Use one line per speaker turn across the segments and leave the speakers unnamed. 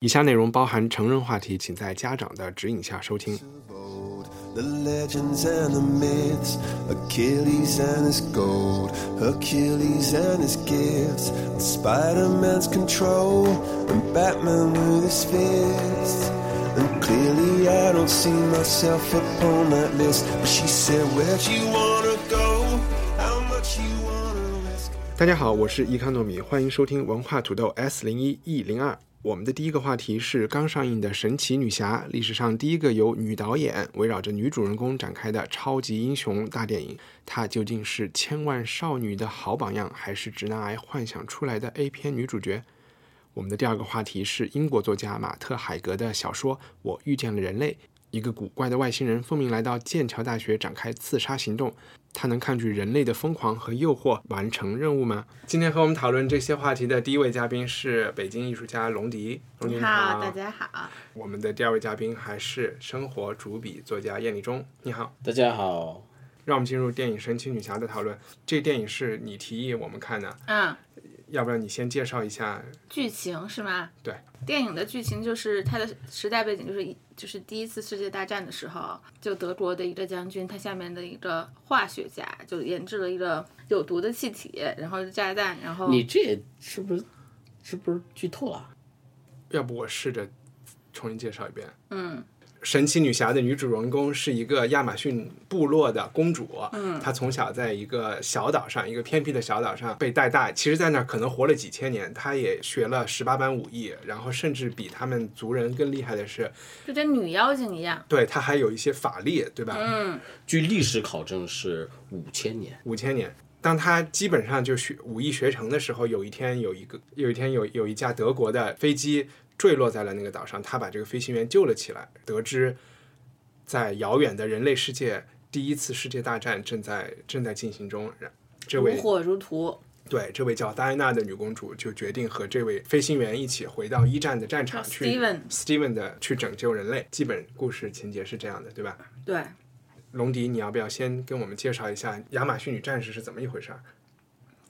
以下内容包含成人话题，请在家长的指引下收听。
The legends and the myths, Achilles and his gold, Hercules and his gifts, and Spider Man's control, and Batman with his fists. And clearly, I don't see myself upon that list. But she said, Where'd you wanna go? How much you wanna risk?
大家好，我是易康糯米，欢迎收听文化土豆 S 零一 E 零二。我们的第一个话题是刚上映的《神奇女侠》，历史上第一个由女导演围绕着女主人公展开的超级英雄大电影。它究竟是千万少女的好榜样，还是直男癌幻想出来的 A 片女主角？我们的第二个话题是英国作家马特·海格的小说《我遇见了人类》。一个古怪的外星人奉命来到剑桥大学展开刺杀行动，他能抗拒人类的疯狂和诱惑，完成任务吗？今天和我们讨论这些话题的第一位嘉宾是北京艺术家龙迪。龙迪
你好，大。家好。
我们的第二位嘉宾还是生活主笔作家燕立中。你好，
大家好，
让我们进入电影《神奇女侠》的讨论。这电影是你提议我们看的，
嗯，
要不要你先介绍一下？
剧情是吗？
对，
电影的剧情就是它的时代背景就是一就是第一次世界大战的时候，就德国的一个将军，他下面的一个化学家就研制了一个有毒的气体，然后是炸弹，然后
你这是不是是不是剧透了？
要不我试着重新介绍一遍。
嗯，
神奇女侠的女主人公是一个亚马逊部落的公主，嗯，她从小在一个小岛上，一个偏僻的小岛上被带大，其实，在那儿可能活了几千年，她也学了十八般武艺，然后甚至比他们族人更厉害的是，
就跟女妖精一样，
对她还有一些法力，对吧？嗯，
据历史考证是五千年，
五千年。当她基本上就学武艺学成的时候，有一天有一个有一天有有一架德国的飞机坠落在了那个岛上，她把这个飞行员救了起来，得知在遥远的人类世界，第一次世界大战正在正在进行中。然这
如
位
火如荼。
对这位叫戴安娜的女公主就决定和这位飞行员一起回到一战的战场
叫
去
啊 Steven
Steven 的去拯救人类。基本故事情节是这样的，对吧？
对，
龙迪，你要不要先跟我们介绍一下亚马逊女战士是怎么一回事儿？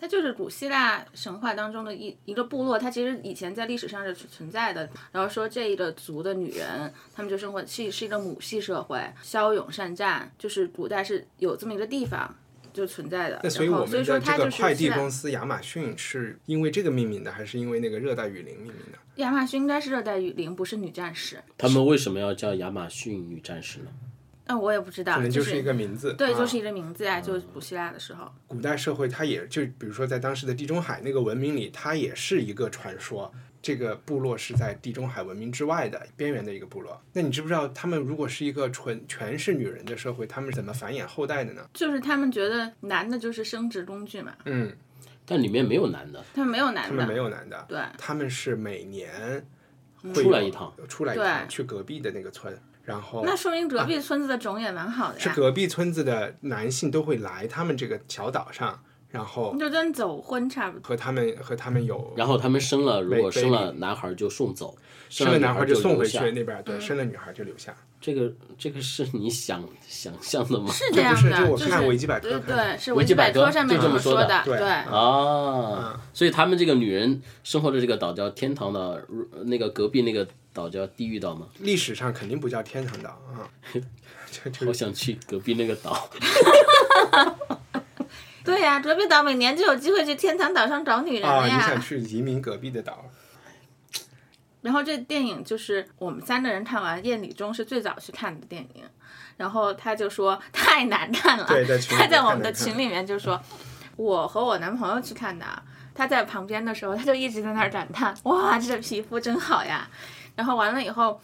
它就是古希腊神话当中的一一个部落，它其实以前在历史上是存存在的。然后说这一个族的女人，她们就生活是是一个母系社会，骁勇善战，就是古代是有这么一个地方就存在的。
那所以
然
我
后所以
们
说
的
它
这
就
个
是
快递
现在
公司亚马逊是因为这个命名的，还是因为那个热带雨林命名的？
亚马逊应该是热带雨林，不是女战士。
他们为什么要叫亚马逊女战士呢？
那我也不知道，
可能
就
就是一个名字。
对，
啊
就是一个名字呀、就是古希腊的时候。
古代社会，它也就比如说在当时的地中海那个文明里，它也是一个传说。这个部落是在地中海文明之外的边缘的一个部落。那你知不知道，他们如果是一个纯全是女人的社会，他们是怎么繁衍后代的呢？
就是他们觉得男的就是生殖工具嘛，
嗯，
但里面没有男的，
他们没有男
他
的，
们没有男的，
对嗯
他们是每年会
出来
有
一趟，
出来一
对
趟去隔壁的那个村，然后
那说明隔壁村子的种也蛮好的
是
呀，
隔壁村子的男性都会来他们这个小岛上，然后
就跟走婚差不多。
和他们和他们有
然后他们生了，如果
被
生了男孩就送走，
生了
女
男孩
就
送
留
回去
下
那边，
嗯
对，生了女孩就留下。
这个这个是你想想象的吗？
是这样
不是
的，
就我
是
看维基百科
对
看
对，是
维基百
百
科
科上面
就这么
说
说的
对嗯
对，
啊，所以他们这个女人生活的这个岛叫天堂岛，如那个隔壁那个岛叫地狱岛吗？
历史上肯定不叫天堂岛 啊，就
我
就是
想去隔壁那个岛，
对呀，隔壁岛每年就有机会去天堂岛上找女人
啊，
了
你想
呀。
去移民隔壁的岛，
然后这电影就是我们三个人看完，燕礼中是最早去看的电影，然后他就说太难看了，
对在群里
他
面
在我
太
们的
难看
群里面就说，我和我男朋友去看的，他在旁边的时候，他就一直在那儿感叹，哇，这皮肤真好呀。然后完了以后，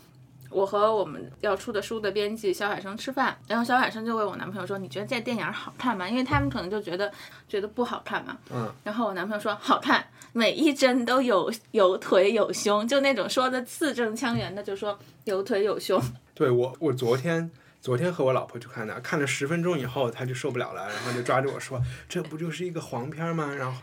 我和我们要出的书的编辑肖海生吃饭，然后肖海生就问我男朋友说：“你觉得这电影好看吗？”因为他们可能就觉得觉得不好看嘛。
嗯。
然后我男朋友说：“好看，每一帧都有有腿有胸，就那种说的字正腔圆的，就说有腿有胸。
对我，我昨天昨天和我老婆去看的，看了十分钟以后，她就受不了了，然后就抓着我说：“这不就是一个黄片儿吗？”然后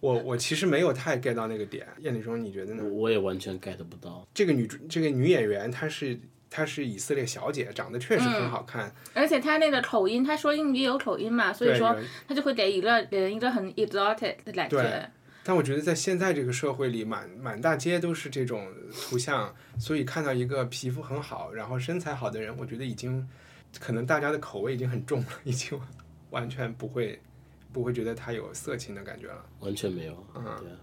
我我其实没有太 get 到那个点，燕礼中你觉得呢？
我也完全 get 不到。
这个女主这个女演员她是她是以色列小姐，长得确实
嗯
很好看，”
而且他那个口音，他说英语有口音嘛，所以
对
说
有
他就会给一个人一个很 exotic 的感
对
觉。
但我觉得在现在这个社会里，满满大街都是这种图像，所以看到一个皮肤很好，然后身材好的人，我觉得已经可能大家的口味已经很重了，已经 完全不会不会觉得她有色情的感觉了。
完全没有，
嗯
对啊，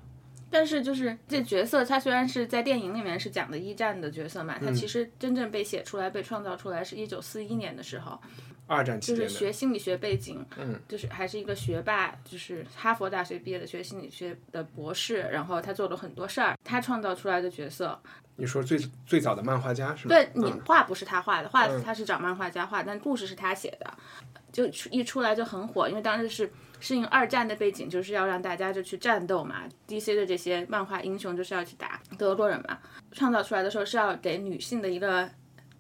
但是就是这角色，他虽然是在电影里面是讲的一战的角色嘛，
嗯
他其实真正被写出来、被创造出来是一九四一年的时候，
二战期
就
间
是
的，
学心理学背景，嗯，就是还是一个学霸，就是哈佛大学毕业的，学心理学的博士，然后他做了很多事儿，他创造出来的角色，
你说最最早的漫画家是吗？
对你画不是他画的，
嗯
画他是找漫画家画，但故事是他写的，就出一出来就很火，因为当时是适应二战的背景，就是要让大家就去战斗嘛。DC 的这些漫画英雄就是要去打德国人嘛，创造出来的时候是要给女性的一个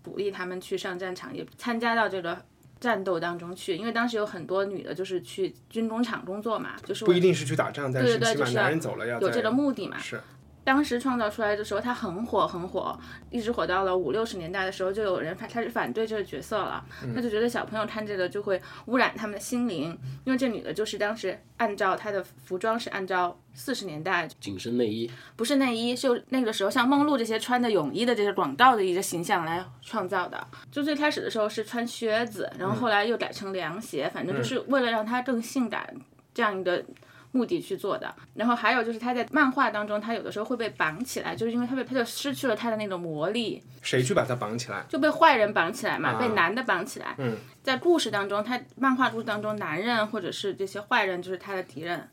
鼓励，他们去上战场，也参加到这个。战斗当中去，因为当时有很多女的，就是去军工厂工作嘛，就是
不一定是去打仗，但是
对对
起码
就是要
男人走了要
有
在
这个目的嘛。
是
当时创造出来的时候，它很火很火，一直火到了五六十年代的时候，就有人反开始反对这个角色了。他就觉得小朋友看这个就会污染他们的心灵，因为这女的就是当时按照她的服装是按照四十年代
紧身内衣，
不是内衣，就那个时候像梦露这些穿的泳衣的这些广告的一个形象来创造的。就最开始的时候是穿靴子，然后后来又改成凉鞋，反正就是为了让它更性感这样一个目的去做的。然后还有就是他在漫画当中，他有的时候会被绑起来，就是因为他被他就失去了他的那种魔力，
谁去把它绑起来？
就被坏人绑起来嘛，
啊
被男的绑起来。
嗯
在故事当中，他漫画故事当中，男人或者是这些坏人就是他的敌人，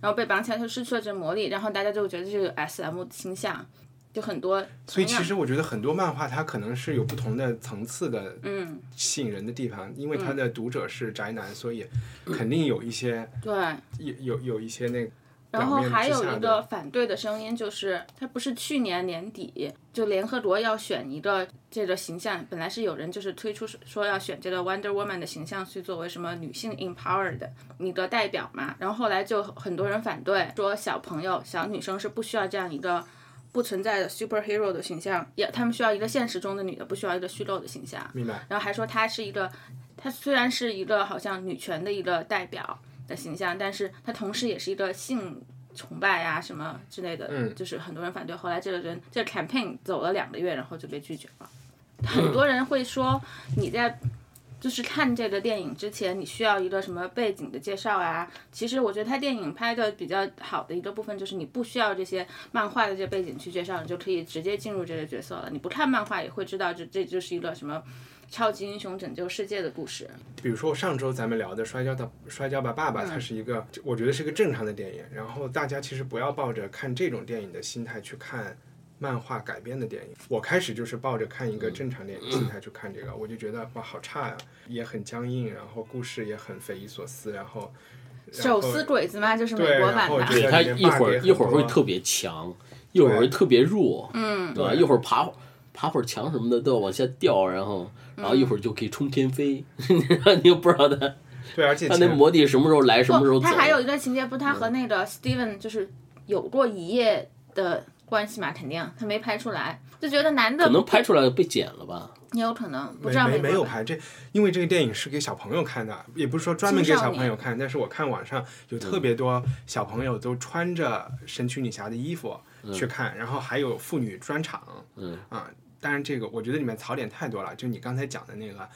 然后被绑起来，他失去了这魔力，然后大家就会觉得这是 S M 倾向，就很多。
所以其实我觉得很多漫画它可能是有不同的层次的
嗯，
吸引人的地方，因为它的读者是宅男，所以肯定有一些
对。
有有有一些那个
然后
表面之
还有
下
一个
的
反对的声音，就是他不是去年年底就联合国要选一个这个形象，本来是有人就是推出说要选这个 Wonder Woman 的形象去作为什么女性 empowered 的一个代表嘛，然后后来就很多人反对，说小朋友小女生是不需要这样一个。不存在的 superhero 的形象，也他们需要一个现实中的女的，不需要一个虚构的形象。
明白。
然后还说她是一个，她虽然是一个好像女权的一个代表的形象，但是她同时也是一个性崇拜啊什么之类的，
嗯
就是很多人反对。后来这个人这个 campaign 走了两个月，然后就被拒绝了。很多人会说你在。就是看这个电影之前，你需要一个什么背景的介绍啊？其实我觉得他电影拍的比较好的一个部分，就是你不需要这些漫画的这背景去介绍，你就可以直接进入这个角色了。你不看漫画也会知道这，这就是一个什么超级英雄拯救世界的故事。
比如说上周咱们聊的《摔跤的摔跤吧，爸爸》，
嗯
它是一个我觉得是个正常的电影，然后大家其实不要抱着看这种电影的心态去看。漫画改编的电影，我开始就是抱着看一
嗯
个正常电影心态去看这个，我就觉得哇，好差呀、也很僵硬，然后故事也很匪夷所思，然后
手撕鬼子嘛，就是
对
美国
然
版
后
的
就。
对
在
它
里面
一会
霸
儿
凌
一会儿
很多
会特别强，一会儿会特别弱，嗯，对吧？一会儿爬会儿爬会儿墙什么的都要往下掉，然后
嗯
然后一会儿就可以冲天飞， 你又不知道他
对，而且
他那
前
魔帝什么时候来，什么时候
不，
走。
哦他还有一个情节，不，他和那个 Steven 就是有过一夜的关系嘛，肯定他没拍出来，就觉得男的
可能拍出来被剪了吧？
也有可能不
没
知道
没没
美
有
国版
拍这，因为这个电影是给小朋友看的，也不是说专门给
青少
小
年
朋友看，但是我看网上有特别多小朋友都穿着神奇女侠的衣服去看，然后还有妇女专场，
嗯
啊，当然这个我觉得里面槽点太多了，就你刚才讲的那个。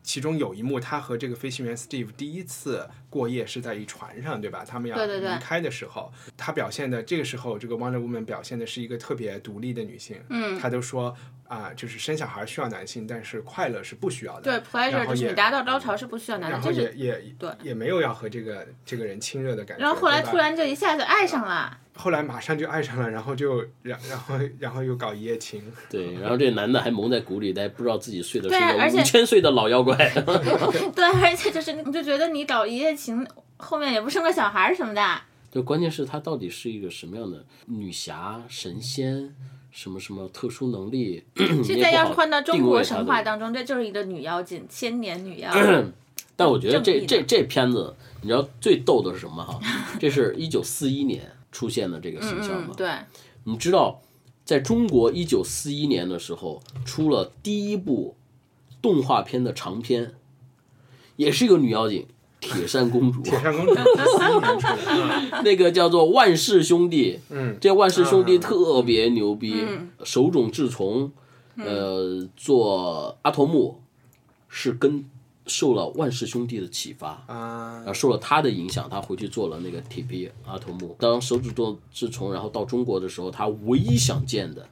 其中有一幕，他和这个飞行员 Steve 第一次过夜是在一船上，对吧？他们要
对对对
离开的时候，他表现的这个时候，这个 Wonder Woman 表现的是一个特别独立的女性。嗯，她都说啊、就是生小孩需要男性，但是快乐是不需要的。
对
然
，pleasure
后
就是
也嗯
你达到高潮是不需要男
然
的，
后
就
也
是。
也
对
也没有要和这个这个人亲热的感觉。
然后后来
对吧
突然就一下子爱上 了，
后来马上就爱上了，然后就然然后然后又搞一夜情，
对，然后这男的还蒙在鼓里，但不知道自己睡的是
对啊而
个
且
五千岁的老妖怪。
对，而且就是你就觉得你搞一夜情，后面也不生个小孩儿什么的，
嗯
就关键是她到底是一个什么样的女侠、神仙，什么什么特殊能力？
现
你也
在
不
要
好
是换到中
定
国
位她
神
的
话当中，这就是一个女妖精，千年 女妖。
但我觉得这
正义的
这这片子，你知道最逗的是什么哈？这是一九四一年出现的这个形象
嗯
嘛？，
对，
你知道，在中国一九四一年的时候出了第一部动画片的长片，也是一个女妖精，铁扇公主，
铁扇 公主四一年出来，
那个叫做《万氏兄弟》。
嗯，
这万氏兄弟特别牛逼，手冢治虫，呃，做阿童木是跟受了万氏兄弟的启发。
啊
啊，受了他的影响，他回去做了那个 TP 阿童木。当手指做自从然后到中国的时候，他唯一想见的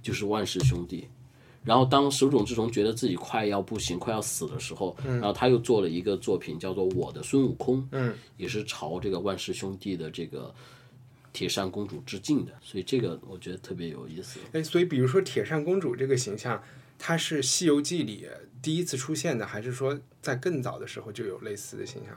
就是万氏兄弟。然后当手冢治虫觉得自己快要不行、快要死的时候，然后他又做了一个作品叫做《我的孙悟空》，
嗯，
也是朝这个万氏兄弟的这个铁扇公主致敬的。所以这个我觉得特别有意思。
哎，所以比如说铁扇公主这个形象，她是《西游记》里第一次出现的，还是说在更早的时候就有类似的形象？
《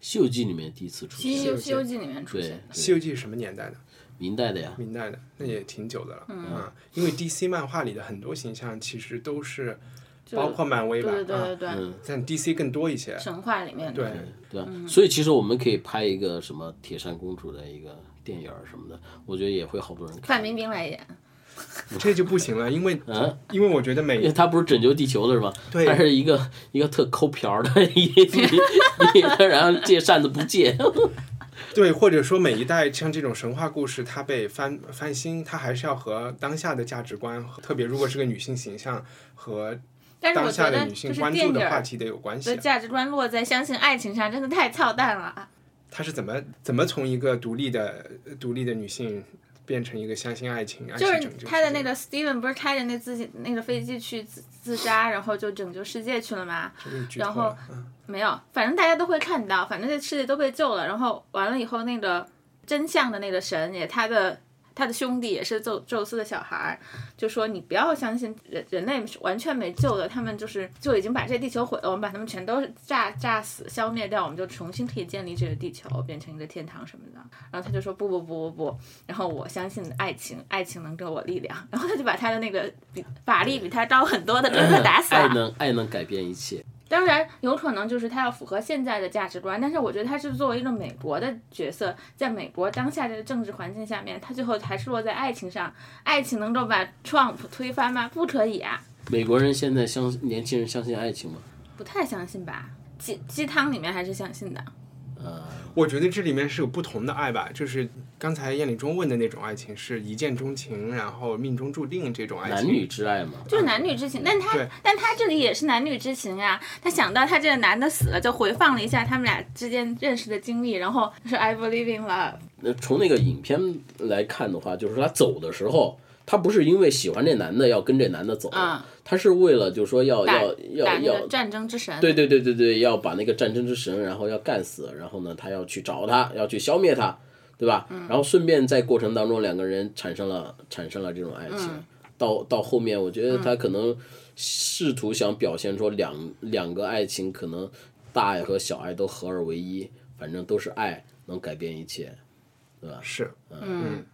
西游记》里面第一次出
西
现，
游西游记里面出现
对
的，，
《西游记》是什么年代的？
明代的呀，
明代的，那也挺久的了、
嗯
啊。因为 DC 漫画里的很多形象其实都是，
就
包括漫威
对
吧，
对对对
啊，
对，
但 DC 更多一些。
神话里面的
对，
对吧？
嗯
所以其实我们可以拍一个什么铁扇公主的一个电影儿什么的，我觉得也会好多人看。
范冰冰来演，
这就不行了，因为、
嗯
因为我觉得每
因为她不是拯救地球的是吧？
对
她是一个一个特抠瓢儿的， 一一个然后借扇子不借，
对，或者说每一代像这种神话故事，它被翻翻新，它还是要和当下的价值观，和特别如果是个女性形象和
但是我
当
觉
下的
得
女性
就是
关
电
注
影
的话
儿
题得有关系
的
啊。
价值观落在相信爱情上，真的太操蛋了。
她是怎么怎么从一个独立的独立的女性变成一个相信爱情，爱
就
情
是
拯救
他的
世
那
界
个 Steven 不是开着那自己那个飞机去自自杀，然后就拯救世界去了吗？
这个剧
然
透
后
了嗯
没有，反正大家都会看到，反正这世界都被救了。然后完了以后，那个真相的那个神也他的他的兄弟也是宙宙斯的小孩儿，就说你不要相信人人类是完全没救的，他们就是就已经把这地球毁了，我们把他们全都是炸炸死消灭掉，我们就重新可以建立这个地球，变成一个天堂什么的。然后他就说不不不不不，然后我相信爱情，爱情能给我力量。然后他就把他的那个比法力比他高很多的哥哥打死了。
爱能爱能改变一切。
当然，有可能就是他要符合现在的价值观，但是我觉得他是作为一个美国的角色，在美国当下这个政治环境下面，他最后还是落在爱情上。爱情能够把 Trump 推翻吗？不可以啊，
美国人现在相年轻人相信爱情吗？
不太相信吧。鸡鸡汤里面还是相信的，
呃，
我觉得这里面是有不同的爱吧，就是刚才燕礼中问的那种爱情，是一见钟情，然后命中注定这种爱情。
男女之爱嘛，
就是男女之情。但他
对
但他这里也是男女之情啊。他想到他这个男的死了，就回放了一下他们俩之间认识的经历，然后说 I believe in love。
那从那个影片来看的话，就是他走的时候，他不是因为喜欢这男的要跟这男的走，
嗯
他是为了就是说要
打
要
打
要
那个
要，
战争之神，
对对对对对，要把那个战争之神，然后要干死，然后呢，他要去找他，要去消灭他，对吧？然后顺便在过程当中，两个人产生了产生了这种爱情。到到后面，我觉得他可能试图想表现说两、两个爱情可能大爱和小爱都合二为一，反正都是爱能改变一切，对吧？
是，
嗯，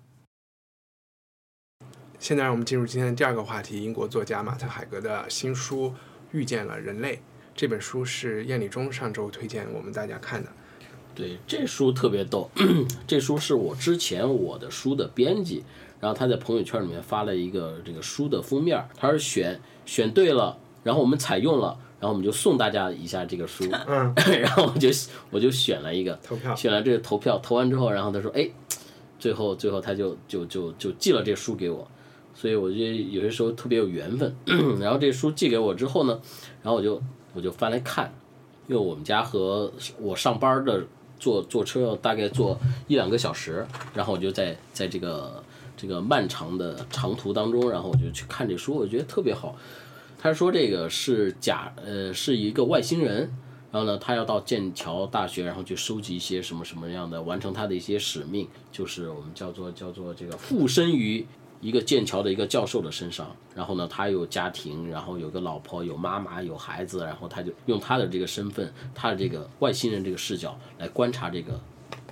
现在让我们进入今天的第二个话题：英国作家马特·海格的新书《遇见了人类》。这本书是燕礼中上周推荐我们大家看的。
对，这书特别逗， 这书是我之前我的书的编辑，然后他在朋友圈里面发了一个这个书的封面儿，他是选选对了，然后我们采用了，然后我们就送大家一下这个书，
嗯，
然后我就我就选了一个
投票
选了这个投票，投完之后，然后他说，哎，最后最后他就就就就寄了这书给我，所以我觉得有些时候特别有缘分。 然后这书寄给我之后呢，然后我就我就翻来看，因为我们家和我上班的坐坐车要大概坐一两个小时，然后我就在在这个这个漫长的长途当中，然后我就去看这书，我觉得特别好。他说这个是假，呃，是一个外星人，然后呢，他要到剑桥大学，然后去收集一些什么什么样的，完成他的一些使命，就是我们叫做叫做这个附身于一个剑桥的一个教授的身上。然后呢，他有家庭，然后有个老婆，有妈妈，有孩子，然后他就用他的这个身份，他的这个外星人这个视角来观察这个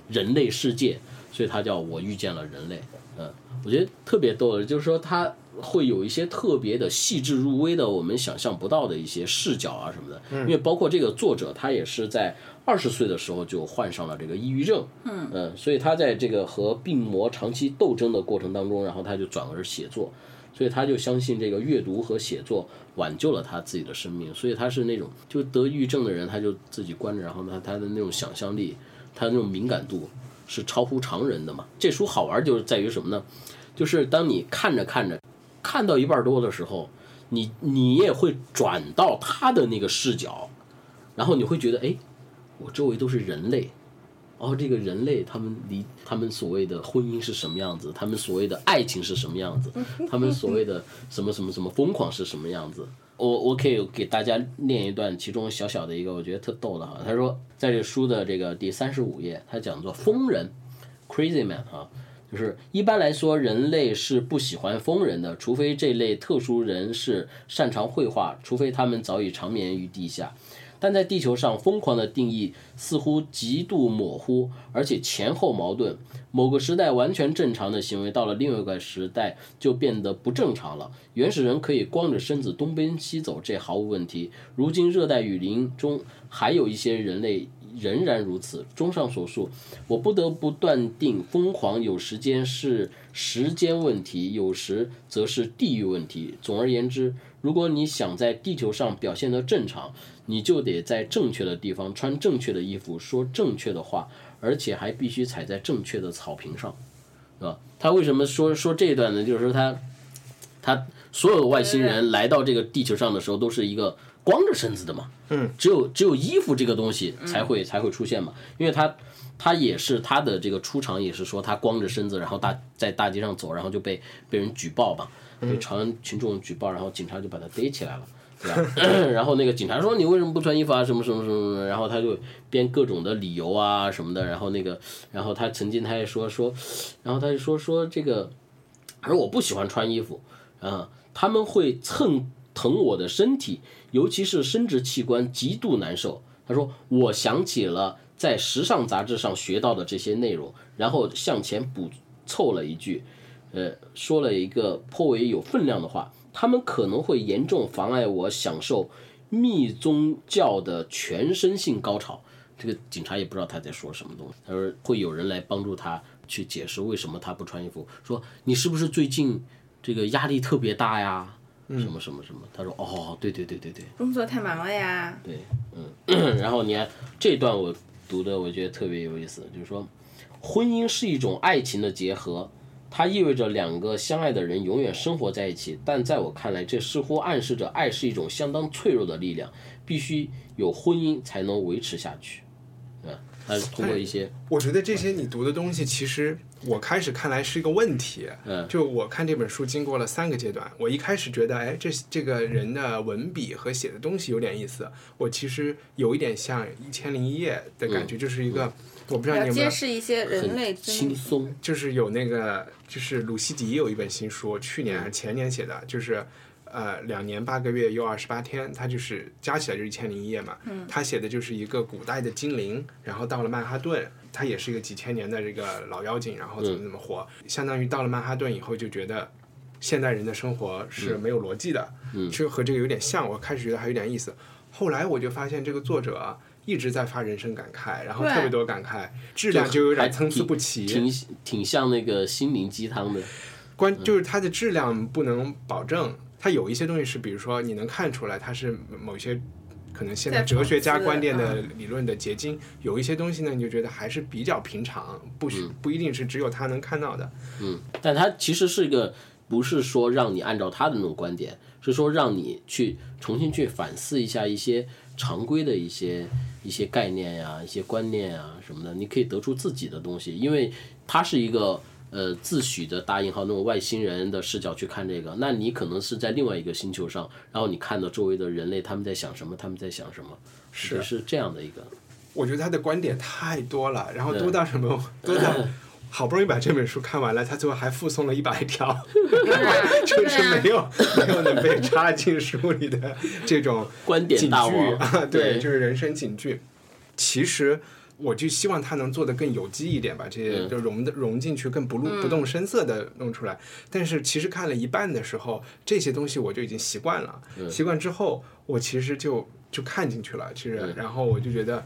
人类世界，所以它叫我遇见了人类。嗯，我觉得特别逗的，就是说它会有一些特别的细致入微的，我们想象不到的一些视角啊什么的。因为包括这个作者，他也是在二十岁的时候就患上了这个抑郁症。嗯所以他在这个和病魔长期斗争的过程当中，然后他就转而写作。所以他就相信这个阅读和写作挽救了他自己的生命，所以他是那种就得抑郁症的人，他就自己关着，然后呢，他的那种想象力，他的那种敏感度是超乎常人的嘛。这书好玩就是在于什么呢？就是当你看着看着，看到一半多的时候，你你也会转到他的那个视角，然后你会觉得，哎，我周围都是人类，哦，这个人类他们离他们所谓的婚姻是什么样子，他们所谓的爱情是什么样子，他们所谓的什么什么什么疯狂是什么样子。我我可以给大家念一段其中小小的一个我觉得特逗的哈，他说在这书的这个第三十五页，他讲做疯人，crazy man 啊，就是一般来说人类是不喜欢疯人的，除非这类特殊人是擅长绘画，除非他们早已长眠于地下。但在地球上，疯狂的定义似乎极度模糊，而且前后矛盾。某个时代完全正常的行为，到了另外一个时代就变得不正常了。原始人可以光着身子东奔西走，这毫无问题。如今热带雨林中还有一些人类仍然如此。综上所述，我不得不断定，疯狂有时间是时间问题，有时则是地域问题。总而言之，如果你想在地球上表现得正常，你就得在正确的地方穿正确的衣服，说正确的话，而且还必须踩在正确的草坪上，是吧？他为什么说说这一段呢？就是说他他所有的外星人来到这个地球上的时候，都是一个光着身子的嘛，嗯，只有只有衣服这个东西才会才会出现嘛，因为他他也是他的这个出场也是说他光着身子，然后大在大街上走，然后就被被人举报嘛，被朝阳群众举报，然后警察就把他逮起来了。对吧？ 然后那个警察说：“你为什么不穿衣服啊？什么什么什么什么？”然后他就编各种的理由啊什么的。然后那个，然后他曾经他还说说，然后他就说说这个，而我不喜欢穿衣服啊、他们会蹭疼我的身体，尤其是生殖器官，极度难受。他说：“我想起了在时尚杂志上学到的这些内容，然后向前补凑了一句，呃，说了一个颇为有分量的话，他们可能会严重妨碍我享受密宗教的全身性高潮。这个警察也不知道他在说什么东西，他说会有人来帮助他去解释为什么他不穿衣服，说你是不是最近这个压力特别大呀？什么什么什么？他说哦，对对对对对，
工作太忙了呀，
对，嗯，然后你看这段我读的，我觉得特别有意思，就是说，婚姻是一种爱情的结合，它意味着两个相爱的人永远生活在一起。但在我看来，这似乎暗示着爱是一种相当脆弱的力量，必须有婚姻才能维持下去。啊，它是通过一些
我觉得这些你读的东西，其实我开始看来是一个问题。
嗯
就我看这本书经过了三个阶段，我一开始觉得，哎，这这个人的文笔和写的东西有点意思。我其实有一点像《一千零一夜》的感觉，就是一个，我不知道你
要
有没有
揭，示一些人类真
很轻松，
就是有那个，就是鲁西迪有一本新书，去年还是前年写的，就是。呃，两年八个月又二十八天，他就是加起来就是一千零一夜嘛。嗯，他写的就是一个古代的精灵，然后到了曼哈顿，他也是一个几千年的这个老妖精，然后
嗯
怎么怎么活，相当于到了曼哈顿以后就觉得现代人的生活是没有逻辑的，嗯，就和这个有点像。我开始觉得还有点意思，后来我就发现这个作者啊一直在发人生感慨，然后
对
特别多感慨，质量就有点参差不齐，
挺挺像那个心灵鸡汤的。
关就是它的质量不能保证，它有一些东西是，比如说你能看出来它是某些可能现在
在讽
哲学家
刺嗯
观点的理论的结晶，有一些东西呢，你就觉得还是比较平常，不许不一定是只有他能看到的。
但它其实是一个，不是说让你按照他的那种观点，是说让你去重新去反思一下一些常规的一些一些概念呀、一些观念啊什么的，你可以得出自己的东西，因为它是一个呃自诩的大引号那种外星人的视角去看这个，那你可能是在另外一个星球上，然后你看到周围的人类他们在想什么，他们在想什么，
是
是这样的一个。
我觉得他的观点太多了，然后多到什么，多到好不容易把这本书看完了，他最后还附送了一百条，
啊
就是没有、没有能被插进书里的这种
观点
警句
大王
啊，
对
就是人生警句。其实我就希望他能做的更有机一点，把这些
嗯
就融的融进去，更不露不动声色的弄出来。但是其实看了一半的时候，这些东西我就已经习惯了，
嗯
习惯之后我其实就就看进去了，其实
嗯
然后我就觉得。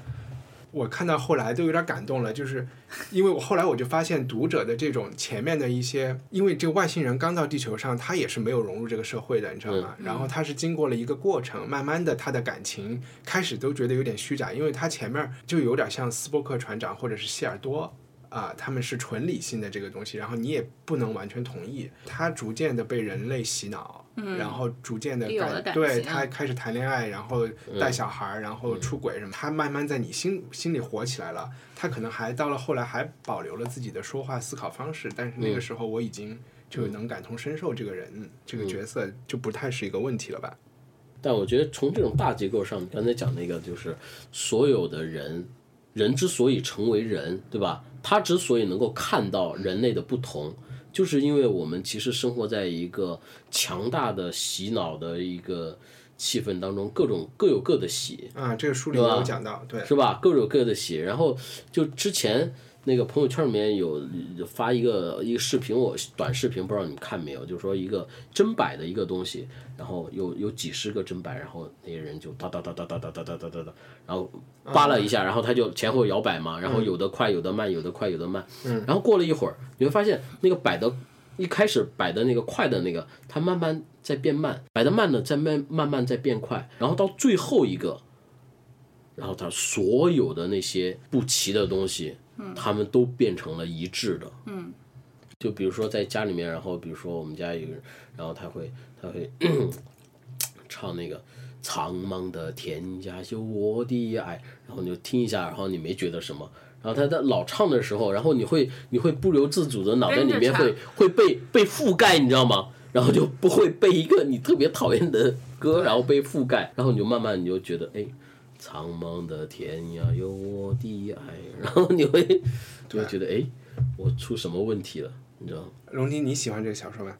我看到后来都有点感动了，就是因为我后来我就发现读者的这种前面的一些，因为这个外星人刚到地球上，他也是没有融入这个社会的，你知道吗？然后他是经过了一个过程，慢慢的他的感情开始都觉得有点虚假，因为他前面就有点像斯波克船长或者是希尔多。啊，他们是纯理性的这个东西，然后你也不能完全同意。他逐渐的被人类洗脑，然后逐渐的
有嗯了感
对
情
他开始谈恋爱，然后
嗯
带小孩儿，然后出轨什么，他慢慢在你心心里火起来了。他可能还到了后来还保留了自己的说话思考方式，但是
嗯
那个时候我已经就能感同身受这个人、这
嗯
个角色，就不太是一个问题了吧？
但我觉得从这种大结构上，你刚才讲那个就是所有的人，人之所以成为人，对吧？他之所以能够看到人类的不同，就是因为我们其实生活在一个强大的洗脑的一个气氛当中，各种各有各的洗，
啊，这个书里也
对吧
有讲到，对，
是吧？各有各的洗。然后就之前那个朋友圈里面有有发一个一个视频，我短视频不知道你们看没有，就是说一个砧板的一个东西，然后有有几十个砧板，然后那些人就哒哒哒哒哒哒哒哒哒哒哒，然后扒拉一下，然后他就前后摇摆嘛，然后有的快，有的慢，有的快，有的慢。然后过了一会儿，你会发现那个摆的。一开始摆的那个快的那个，它慢慢在变慢；摆的慢的在慢慢慢在变快，然后到最后一个，然后他所有的那些不齐的东西，他们都变成了一致的，嗯，就比如说在家里面，然后比如说我们家有个人，然后他会他会唱那个。苍茫的天涯有我的爱，然后你就听一下，然后你没觉得什么，然后他在老唱的时候，然后你会你会不由自主的脑袋里
跟着
面
唱
会会被被覆盖，你知道吗？然后就不会被一个你特别讨厌的歌，然后被覆盖，然后你就慢慢你就觉得，哎，苍茫的天涯有我的爱， 然后你会就会觉得，哎，我出什么问题了？你知道吗？
荣迪，你喜欢这个小说吗？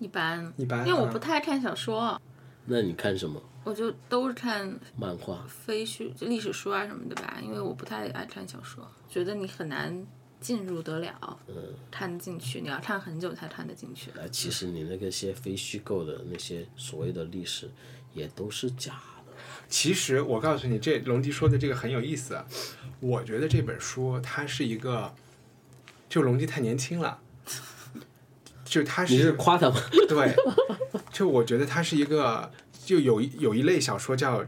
一般，
一般
因为我
啊
不太爱看小说，
那你看什么
我就都是看
漫画？
非虚就历史书啊什么的吧，因为我不太爱看小说，觉得你很难进入得了，
嗯
看得进去，你要看很久才看得进去。
哎
啊，其实你那个些非虚构的那些所谓的历史，也都是假的。
其实我告诉你，这龙迪说的这个很有意思。我觉得这本书它是一个，就龙迪太年轻了，就他
你是夸 他吗？
对，就我觉得它是一个，就有一有一类小说叫，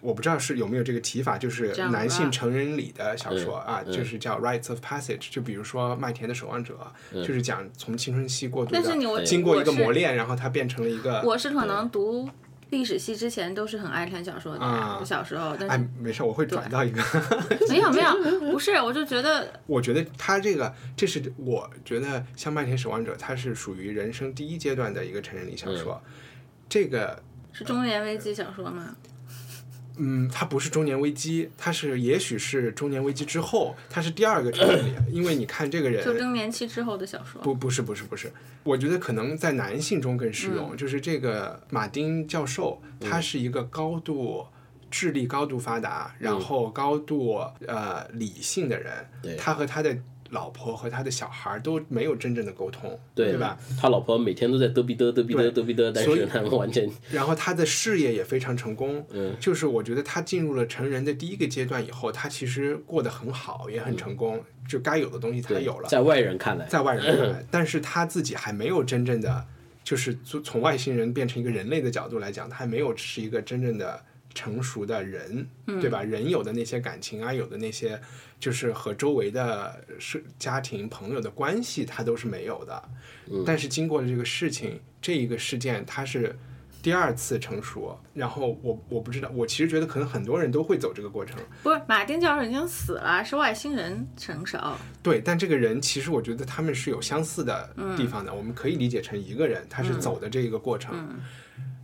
我不知道是有没有这个提法，就是
这样
男性
吧
成人礼的小说
嗯
啊，就是叫 rites of passage，就比如说《麦田的守望者》，
嗯
就是讲从青春期过渡
但是你我
的，经过一个
我是
磨练，然后他变成了一个。
我是可能读历史系之前都是很爱看小说的，
啊
我小时候，但
哎
是，
没事，我会转到一个。
没有没 有，不是，我就觉得
我觉得他这个，这是我觉得像《麦田守望者》，它是属于人生第一阶段的一个成人礼小说。这个
是中年危机小说嘛，
嗯，它不是中年危机，它是也许是中年危机之后，它是第二个成人礼，因为你看这个
就
人。
更年期之后的小说。
不，不是，不是，不是。我觉得可能在男性中更适
嗯
用，就是这个马丁教授，他是一个高度智力高度发达，然后高度呃理性的人。
嗯对
他和他的老婆和他的小孩儿都没有真正的沟通，对吧？？
他老婆每天都在嘚逼嘚嘚逼嘚嘚逼嘚，但
所以
是他们完全
然后他的事业也非常成功，
嗯
就是我觉得他进入了成人的第一个阶段以后，他其实过得很好，也很成功，就该有的东西他
嗯对
有了，
在外人看来，
在外人看来，但是他自己还没有真正的，就是从从外星人变成一个人类的角度来讲，他还没有是一个真正的成熟的人，对吧？人有的那些感情啊，有的那些就是和周围的是家庭朋友的关系，他都是没有的。但是经过了这个事情，这一个事件，他是。第二次成熟，然后我我不知道，我其实觉得可能很多人都会走这个过程，
不是马丁教授已经死了，是外星人 成熟。
对，但这个人其实我觉得他们是有相似的地方的，我们可以理解成一个人，他是走的这一个过程。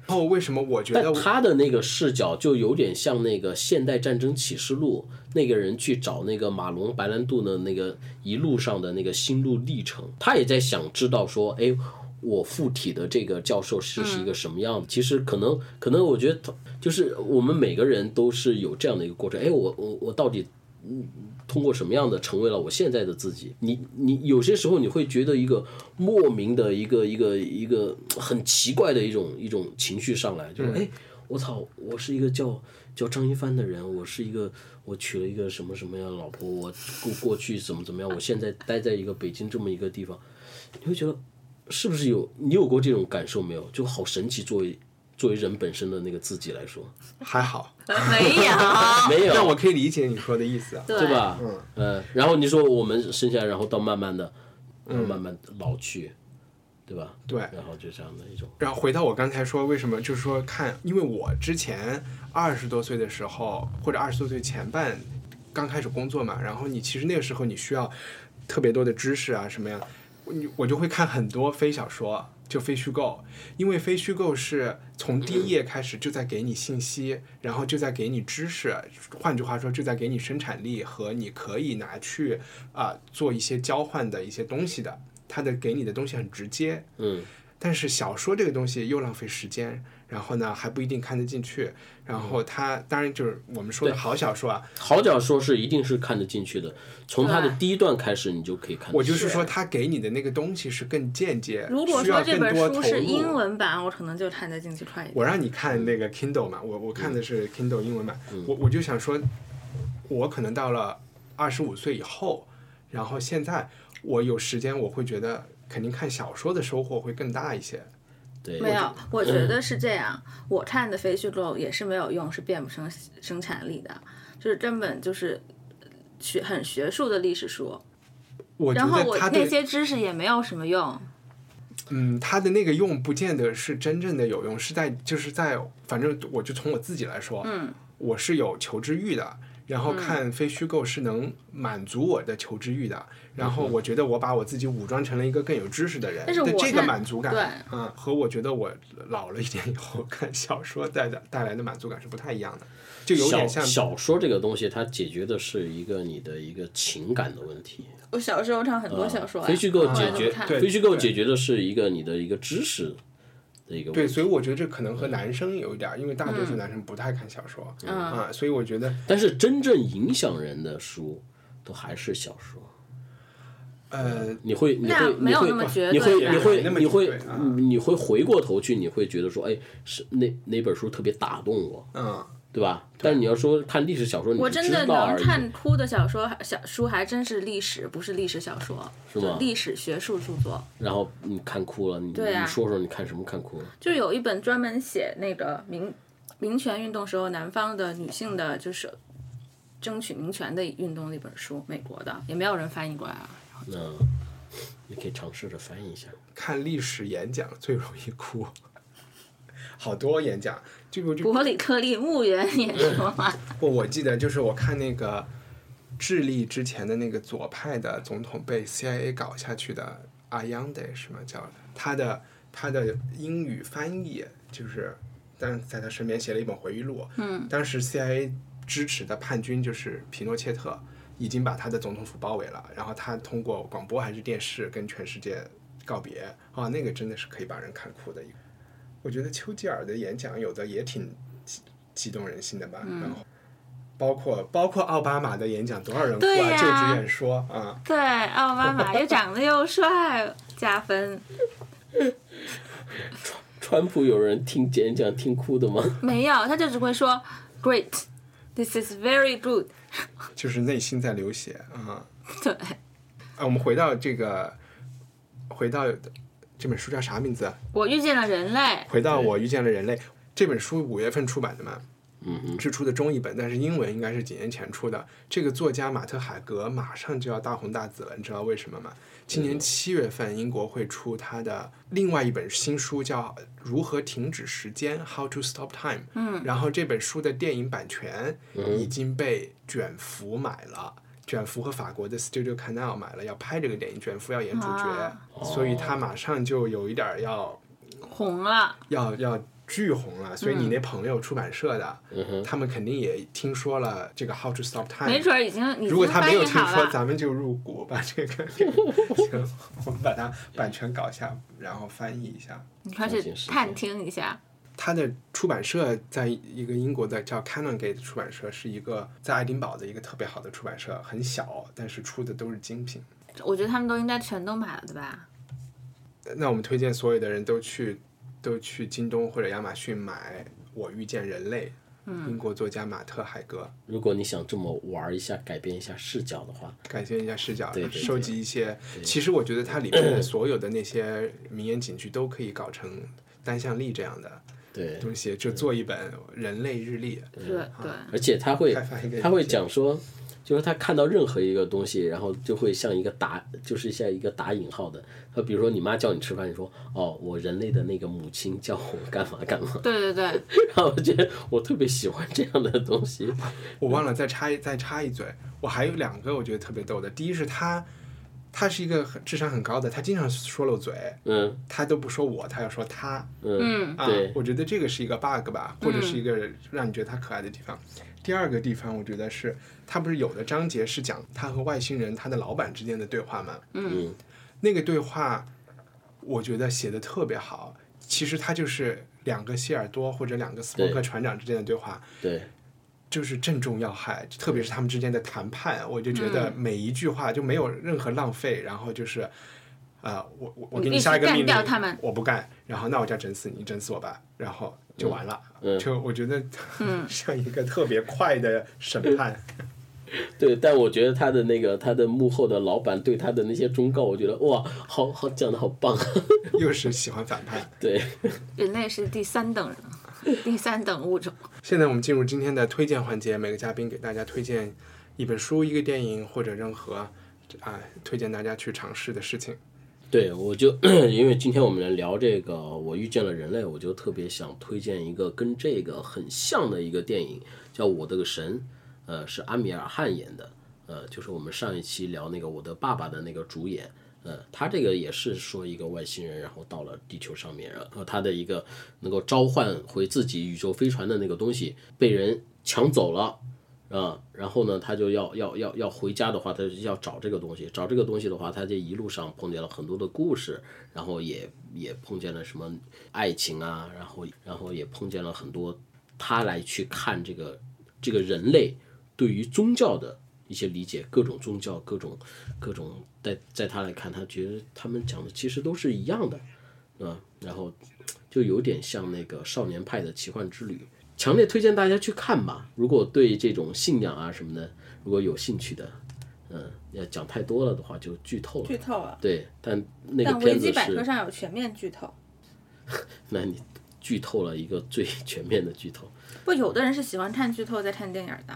然后为什么我觉得
但
我
他的那个视角就有点像那个《现代战争启示录》那个人去找那个马龙白兰度的那个一路上的那个心路历程，他也在想知道说，哎，我附体的这个教授是是一
嗯
个什么样子？其实可能可能我觉得他就是我们每个人都是有这样的一个过程，哎，我我我到底通过什么样的成为了我现在的自己？你你有些时候你会觉得一个莫名的一个一个一个很奇怪的一种一种情绪上来，就是哎、我操，我是一个叫叫张一帆的人，我是一个我娶了一个什么什么样的老婆，我过过去怎么怎么样，我现在待在一个北京这么一个地方，你会觉得是不是有你有过这种感受没有？就好神奇，作为作为人本身的那个自己来说，
还好？
没 有，
没有，
但我可以理解你说的意思啊。
对
对？吧？嗯、然后你说我们生下来，然后到慢慢的，然后慢慢老去，对吧？
嗯对
然后就这样的一种，
然后回到我刚才说，为什么就是说看，因为我之前二十多岁的时候，或者二十多岁前半刚开始工作嘛，然后你其实那个时候你需要特别多的知识啊，什么呀，你我就会看很多非小说，就非虚构，因为非虚构是从第一页开始就在给你信息，然后就在给你知识，换句话说，就在给你生产力和你可以拿去啊、做一些交换的一些东西的，它的给你的东西很直接，
嗯，
但是小说这个东西又浪费时间，然后呢还不一定看得进去，然后
嗯
它当然就是我们说的好小说啊，
好角说是一定是看得进去的，从他的
对
第一段开始你就可以看得进去。
我就是说它给你的那个东西是更间接，
如果
需要
说这
更
本
多
书
投
是
入。
英文嗯版，我可能就看得进去快一点。
我让你看那个 Kindle 嘛，我我看的
嗯
是 Kindle 英文版，我我就想说，我可能到了二十五岁以后，然后现在我有时间，我会觉得肯定看小说的收获会更大一些。
对，
没有，我觉得是这样。我看的非虚构也是没有用，是变不成生产力的，就是根本就是学很学术的历史书。
我觉
然后
得
我
它
那
对
些知识也没有什么用。
嗯，它的那个用不见得是真正的有用，是在就是在，反正我就从我自己来说，嗯，我是有求知欲的，然
嗯
后看非虚构是能满足我的求知欲的，然后我觉得我把我自己武装成了一个更有知识的人，
嗯但是
对
我
这个
看
满足感，
对
嗯，和我觉得我老了一点以后 看小说带的带来的满足感是不太一样的，就有
小
点像
小说这个东西，它解决的是一个你的一个情感的问题。
我小时候看很多小说、
啊
啊
非虚构解决，
看
对
非虚构解决的是一个你的一个知识的一个
对，
问题。
所以我觉得这可能和男生有一点儿，因为大
嗯
多数男生不太看小说，嗯啊，所以我觉得
但是真正影响人的书，都还是小说。
呃。
你会你
那
会
没
你
有
会
那么绝对
你会
吧
你会
那么
你
绝
会
对啊
你会回过头去，你会觉得说，哎，是那哪本书特别打动我，
嗯，
对吧？但是你要说看历史小说，你
我
就
真
知
的
道
能
而已
看哭的小说、小书还真是历史，不是历史小说，
是吗
就历史学术著作。
然后你看哭了，你
对啊
你说说你看什么看哭了？
就是有一本专门写那个民民权运动时候南方的女性的，就是争取民权的运动的一本书，美国的也没有人翻译过来啊。
那你可以尝试着翻译一下。
看历史演讲最容易哭，好多演讲，就我就
伯里克利墓园也说嘛，
我我记得就是我看那个智利之前的那个左派的总统被 CIA 搞下去的阿央德什么叫的，他的他的英语翻译就是，但在他身边写了一本回忆录，嗯，当时 CIA 支持的叛军就是皮诺切特。已经把他的总统府包围了，然后他通过广播还是电视跟全世界告别啊、那个真的是可以把人看哭的一个。我觉得丘吉尔的演讲有的也挺激激动人心的吧，
嗯
然后包括包括奥巴马的演讲，多少人哭
对
啊，
呀
就职演说啊，
对，奥巴马又长得又帅，加分。
川普有人听演讲听哭的吗？
没有，他就只会说 great。This is very good。
就是内心在流血啊
对，
啊！我们回到这个，回到这本书叫啥名字啊？
我遇见了人类，
回到我遇见了人类这本书，五月份出版的嘛。制出的中译本，但是英文应该是几年前出的。这个作家马特海格马上就要大红大紫了，你知道为什么吗？今年七月份，英国会出他的另外一本新书，叫《如何停止时间》（How to Stop Time）。嗯，然后这本书的电影版权已经被卷福买了。卷福和法国的 Studio Canal 买了，要拍这个电影，卷福要演主角，
啊
所以他马上就有一点儿要
红了，
要要巨红了，所以
嗯
你那朋友出版社的，他们肯定也听说了这个 How to Stop Time。
没准儿已经已
哎如果
经
他
翻
没有
译
听
好
说，
了。
咱们就入股把这个给，行，我们把它版权搞下，然后翻译一下。
你快去
相信时间
探听一下，
他的出版社在一个英国的叫 Canongate 出版社，是一个在爱丁堡的一个特别好的出版社，很小，但是出的都是精品。
我觉得他们都应该全都买了的吧？
那我们推荐所有的人都去都去京东或者亚马逊买《我遇见人类》，英国作家马特海格，
如果你想这么玩一下，改变一下视角的话，
改变一下视角，
对对对
收集一些。其实我觉得它里面的所有的那些名言警句都可以搞成单向力这样的
对，
东西，就做一本人类日历。
对对，
而且他会
开发一个
他会
软件
讲说，就是他看到任何一个东西，然后就会像一个打，就是像一个打引号的。他比如说你妈叫你吃饭，你说哦，我人类的那个母亲叫我干嘛干嘛，
对对对，
然后我觉得我特别喜欢这样的东西。
我忘了
嗯
再插一再插一嘴，我还有两个我觉得特别逗的。第一是他，他是一个很智商很高的，他经常说漏嘴，
嗯
他都不说我，他要说他。
嗯，
啊
对，
我觉得这个是一个 bug 吧，或者是一个让你觉得他可爱的地方。第二个地方，我觉得是他不是有的章节是讲他和外星人他的老板之间的对话吗？
嗯，
那个对话，我觉得写的特别好。其实他就是两个希尔多或者两个斯波克
对
船长之间的对话，
对，
就是正中要害，特别是
嗯
他们之间的谈判，我就觉得每一句话就没有任何浪费，然后就是，啊，我我我给
你
你下一个
你
命令，
干掉他们
我不干，然后那我就要整死你，你整死我吧，然后
嗯
就完了，就我觉得 像一个特别快的审判，
对，但我觉得他的那个他的幕后的老板对他的那些忠告，我觉得哇，好好讲的好棒，啊
又是喜欢反叛。
对，
人类是第三等人，第三等物种。
现在我们进入今天的推荐环节，每个嘉宾给大家推荐一本书、一个电影或者任何啊、推荐大家去尝试的事情。
对，我就 因为今天我们来聊这个，我遇见了人类，我就特别想推荐一个跟这个很像的一个电影，叫《我的个神》，呃，是阿米尔汗演的，呃，就是我们上一期聊那个我的爸爸的那个主演，呃，他这个也是说一个外星人，然后到了地球上面，然后他的一个能够召唤回自己宇宙飞船的那个东西被人抢走了，啊、然后呢，他就要要要要回家的话，他就要找这个东西，找这个东西的话，他这一路上碰见了很多的故事，然后也也碰见了什么爱情啊，然后然后也碰见了很多他来去看这个这个人类对于宗教的一些理解，各种宗教，各种各种，在在他来看，他觉得他们讲的其实都是一样的，啊，然后就有点像那个《少年派的奇幻之旅》，强烈推荐大家去看吧。如果对这种信仰啊什么的，如果有兴趣的，嗯，要讲太多了的话就剧透了。
透了，
对，但那个
但
片
维
子
基百科
是，
上有全面剧透。
那你剧透了一个最 全面的剧透。
不，有的人是喜欢看剧透再看电影的，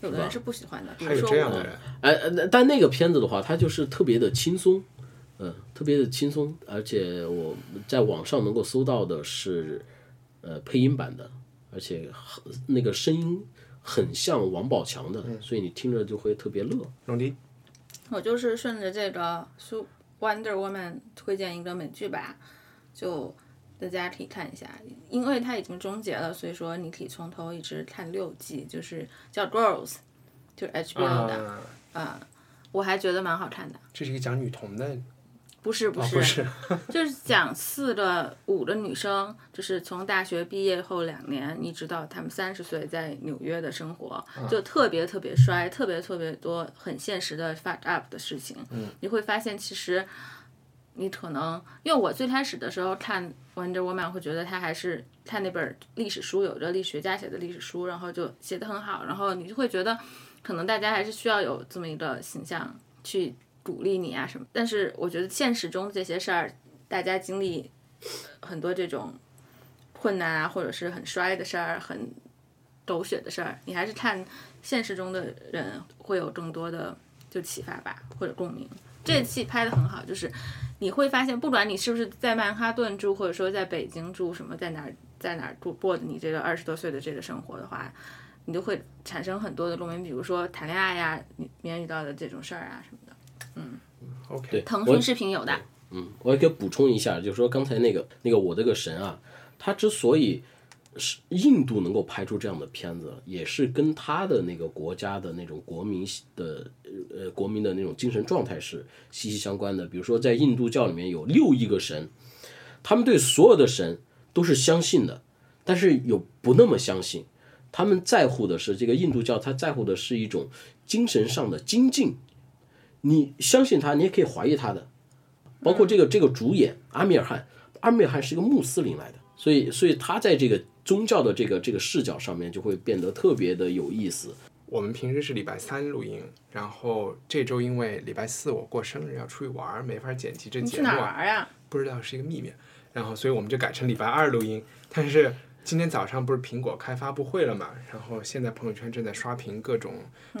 有的人是不喜欢的。比
还
如
有
说
这样的
我，
人，
哎，呃那但那个片子的话，它就是特别的轻松，嗯、特别的轻松，而且我在网上能够搜到的是，呃，配音版的，而且很那个声音很像王宝强的，所以你听着就会特别乐。
龙迪
我就是顺着这个《苏 Wonder Woman》推荐一个美剧吧，就大家可以看一下，因为它已经终结了，所以说你可以从头一直看六季，就是叫《Girls》，就是 HBO 的，呃
啊，
我还觉得蛮好看的。
这是一个讲女童的，
不是不
啊
是，
不 是。
就是讲四个五个女生，就是从大学毕业后两年，一直到她们三十岁在纽约的生活，
嗯
就特别特别衰，特别特别多很现实的 fuck up 的事情。
嗯
你会发现其实。你可能，因为我最开始的时候看《Wonder Woman》，会觉得她还是看那本历史书，有一个历史学家写的历史书，然后就写的很好，然后你就会觉得，可能大家还是需要有这么一个形象去鼓励你啊什么。但是我觉得现实中这些事儿，大家经历呃很多这种困难啊，或者是很衰的事儿，很狗血的事儿，你还是看现实中的人会有更多的就启发吧，或者共鸣。这戏拍的很好，就是你会发现，不管你是不是在曼哈顿住，或者说在北京住，什么在哪儿在哪儿住过的你这个二十多岁的这个生活的话，你就会产生很多的共鸣，比如说谈恋爱呀，你面遇到的这种事儿啊什么的。
OK，
对，
腾
我
讯视频有的，
嗯，我也给补充一下，就是说刚才那个那个我的个神啊，他之所以是印度能够拍出这样的片子，也是跟他的那个国家的那种国民的呃国民的那种精神状态是息息相关的。比如说在印度教里面有六亿个神，他们对所有的神都是相信的，但是有不那么相信。他们在乎的是这个印度教，他在乎的是一种精神上的精进。你相信他，你也可以怀疑他的，包括这个这个主演阿米尔汗，阿米尔汗是一个穆斯林来的，所以所以他在这个宗教的这个这个视角上面就会变得特别的有意思。
我们平时是礼拜三录音，然后这周因为礼拜四我过生日要出去玩儿，没法剪辑这
你
节
去
目
哪
啊，
儿玩呀、
不知道是一个秘密。然后所以我们就改成礼拜二录音，但是今天早上不是苹果开发布会了嘛，然后现在朋友圈正在刷屏各种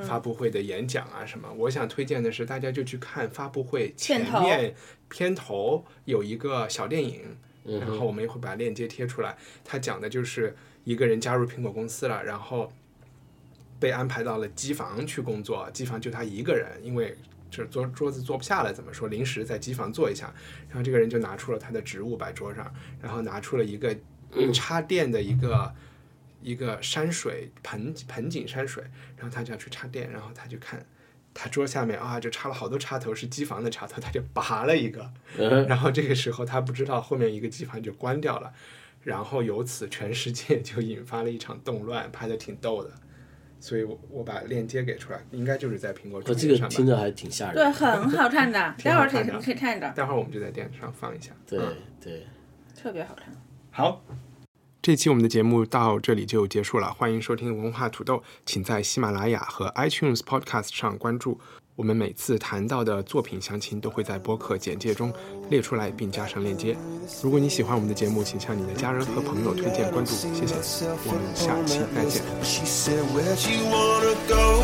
发布会的演讲啊什么。我想推荐的是大家就去看发布会前
片头
面片头有一个小电影，然后我们也会把链接贴出来。它讲的就是一个人加入苹果公司了，然后被安排到了机房去工作，机房就他一个人，因为这桌桌子坐不下了，怎么说，临时在机房坐一下。然后这个人就拿出了他的职务摆桌上，然后拿出了一个
嗯
插电的一个。一个山水盆盆景山水，然后他就要去插电，然后他就看他桌下面啊，就插了好多插头，是机房的插头，他就拔了一个，
嗯
然后这个时候他不知道后面一个机房就关掉了，然后由此全世界 就引发了一场动乱，拍的挺逗的，所以我我把链接给出来，应该就是在苹果
我
主
哦这
页
个
上
听
吧。
着还挺吓
对，
人。
很好看的，
挺
待会
好
儿可以
看的
可以看着，
待会儿我们就在电视上放一下。
对
嗯
对，
特别好看。
好，这期我们的节目到这里就结束了，欢迎收听文化土豆，请在喜马拉雅和 iTunes Podcast 上关注。我们每次谈到的作品详情都会在播客简介中列出来，并加上链接。如果你喜欢我们的节目，请向你的家人和朋友推荐关注，谢谢。我们下期再见。
She said, Where'd you wanna go?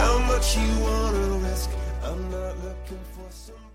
How much you wanna risk? I'm not looking for some.